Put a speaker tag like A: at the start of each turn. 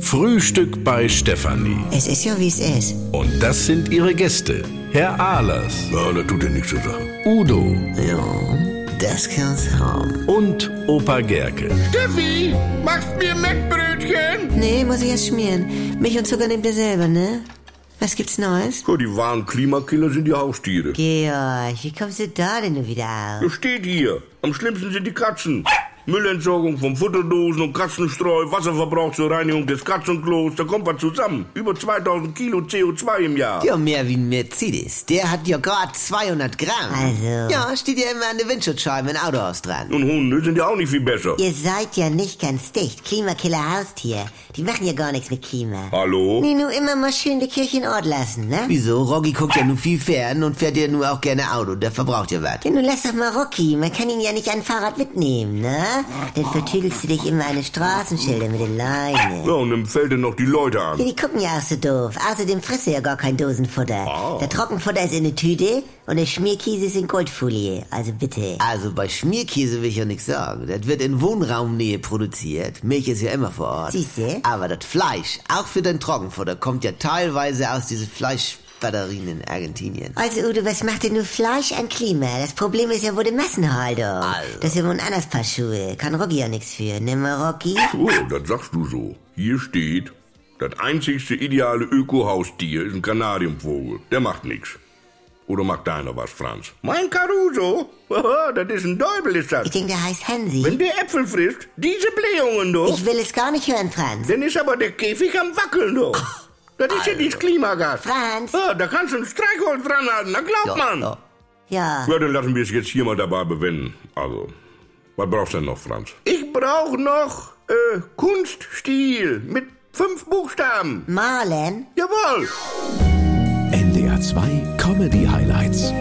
A: Frühstück bei Stefanie.
B: Es ist ja, wie es ist.
A: Und das sind ihre Gäste. Herr Ahlers,
C: Ja, da tut er nichts zu sagen.
A: Udo
B: Ja, das kann's haben.
A: und Opa Gerke.
D: Steffi, machst mir Mettbrötchen?
B: Nee, muss ich erst schmieren. Milch und Zucker nehmt ihr selber, ne? Was gibt's Neues?
C: Ja, die wahren Klimakiller sind die Haustiere.
B: Georg, wie kommst du da denn nur wieder auf?
C: Das steht hier. Am schlimmsten sind die Katzen. Müllentsorgung von Futterdosen und Katzenstreu, Wasserverbrauch zur Reinigung des Katzenklos, da kommt was zusammen. Über 2000 Kilo CO2 im Jahr.
E: Ja, mehr wie ein Mercedes. Der hat ja gerade 200 Gramm.
B: Also.
E: Ja, steht ja immer an der Windschutzscheibe ein Autohaus dran.
C: Und Hunde sind ja auch nicht viel besser.
B: Ihr seid ja nicht ganz dicht. Klimakiller Haustier. Die machen ja gar nichts mit Klima.
C: Hallo?
B: Nee, nur immer mal schön die Kirche in Ort lassen, ne?
E: Wieso? Rocky guckt ja nur viel fern und fährt ja nur auch gerne Auto. Der verbraucht ja was.
B: Ja, nun lass doch mal Rocky. Man kann ihn ja nicht an Fahrrad mitnehmen, ne? Dann vertüdelst du dich immer an den Straßenschildern mit den Leinen.
C: Ja, und dann fällt er noch die Leute
B: Ja,
C: an.
B: die gucken ja auch so doof. Außerdem frisst er ja gar kein Dosenfutter.
C: Ah.
B: Der Trockenfutter ist in der Tüte und der Schmierkäse ist in Goldfolie. Also bitte.
E: Also bei Schmierkäse will ich ja nichts sagen. Das wird in Wohnraumnähe produziert. Milch ist ja immer vor Ort.
B: Siehste?
E: Aber das Fleisch, auch für den Trockenfutter, kommt ja teilweise aus diesen Fleischbatterien in Argentinien.
B: Also Udo, was macht denn nur Fleisch an Klima? Das Problem ist ja wohl die Massenhaltung.
E: Also.
B: Das ist ja wohl ein anderes Paar Schuhe. Kann Rocky ja nichts für. Nimm mal Rocky.
C: Oh, das sagst du so. Hier steht, das einzigste ideale Öko-Haustier ist ein Kanarienvogel. Der macht nichts. Oder macht deiner was, Franz? Mein Caruso? Haha, das ist ein Däubel, ist das.
B: Ich denke, der heißt Hansi.
C: Wenn der Äpfel frisst, diese Blähungen doch,
B: Ich will es gar nicht hören, Franz.
C: dann ist aber der Käfig am Wackeln doch. Das ist ja dieses Klimagas.
B: Franz.
C: Ja, da kannst du ein Streichholz dranhalten, da glaubt man.
E: ja.
B: Ja.
C: Ja, dann lassen wir es jetzt hier mal dabei bewenden. Also, was brauchst du denn noch, Franz? Ich brauch noch äh, Kunststil mit fünf Buchstaben.
B: Marlen?
C: Jawohl.
F: NDR 2 Comedy Highlights.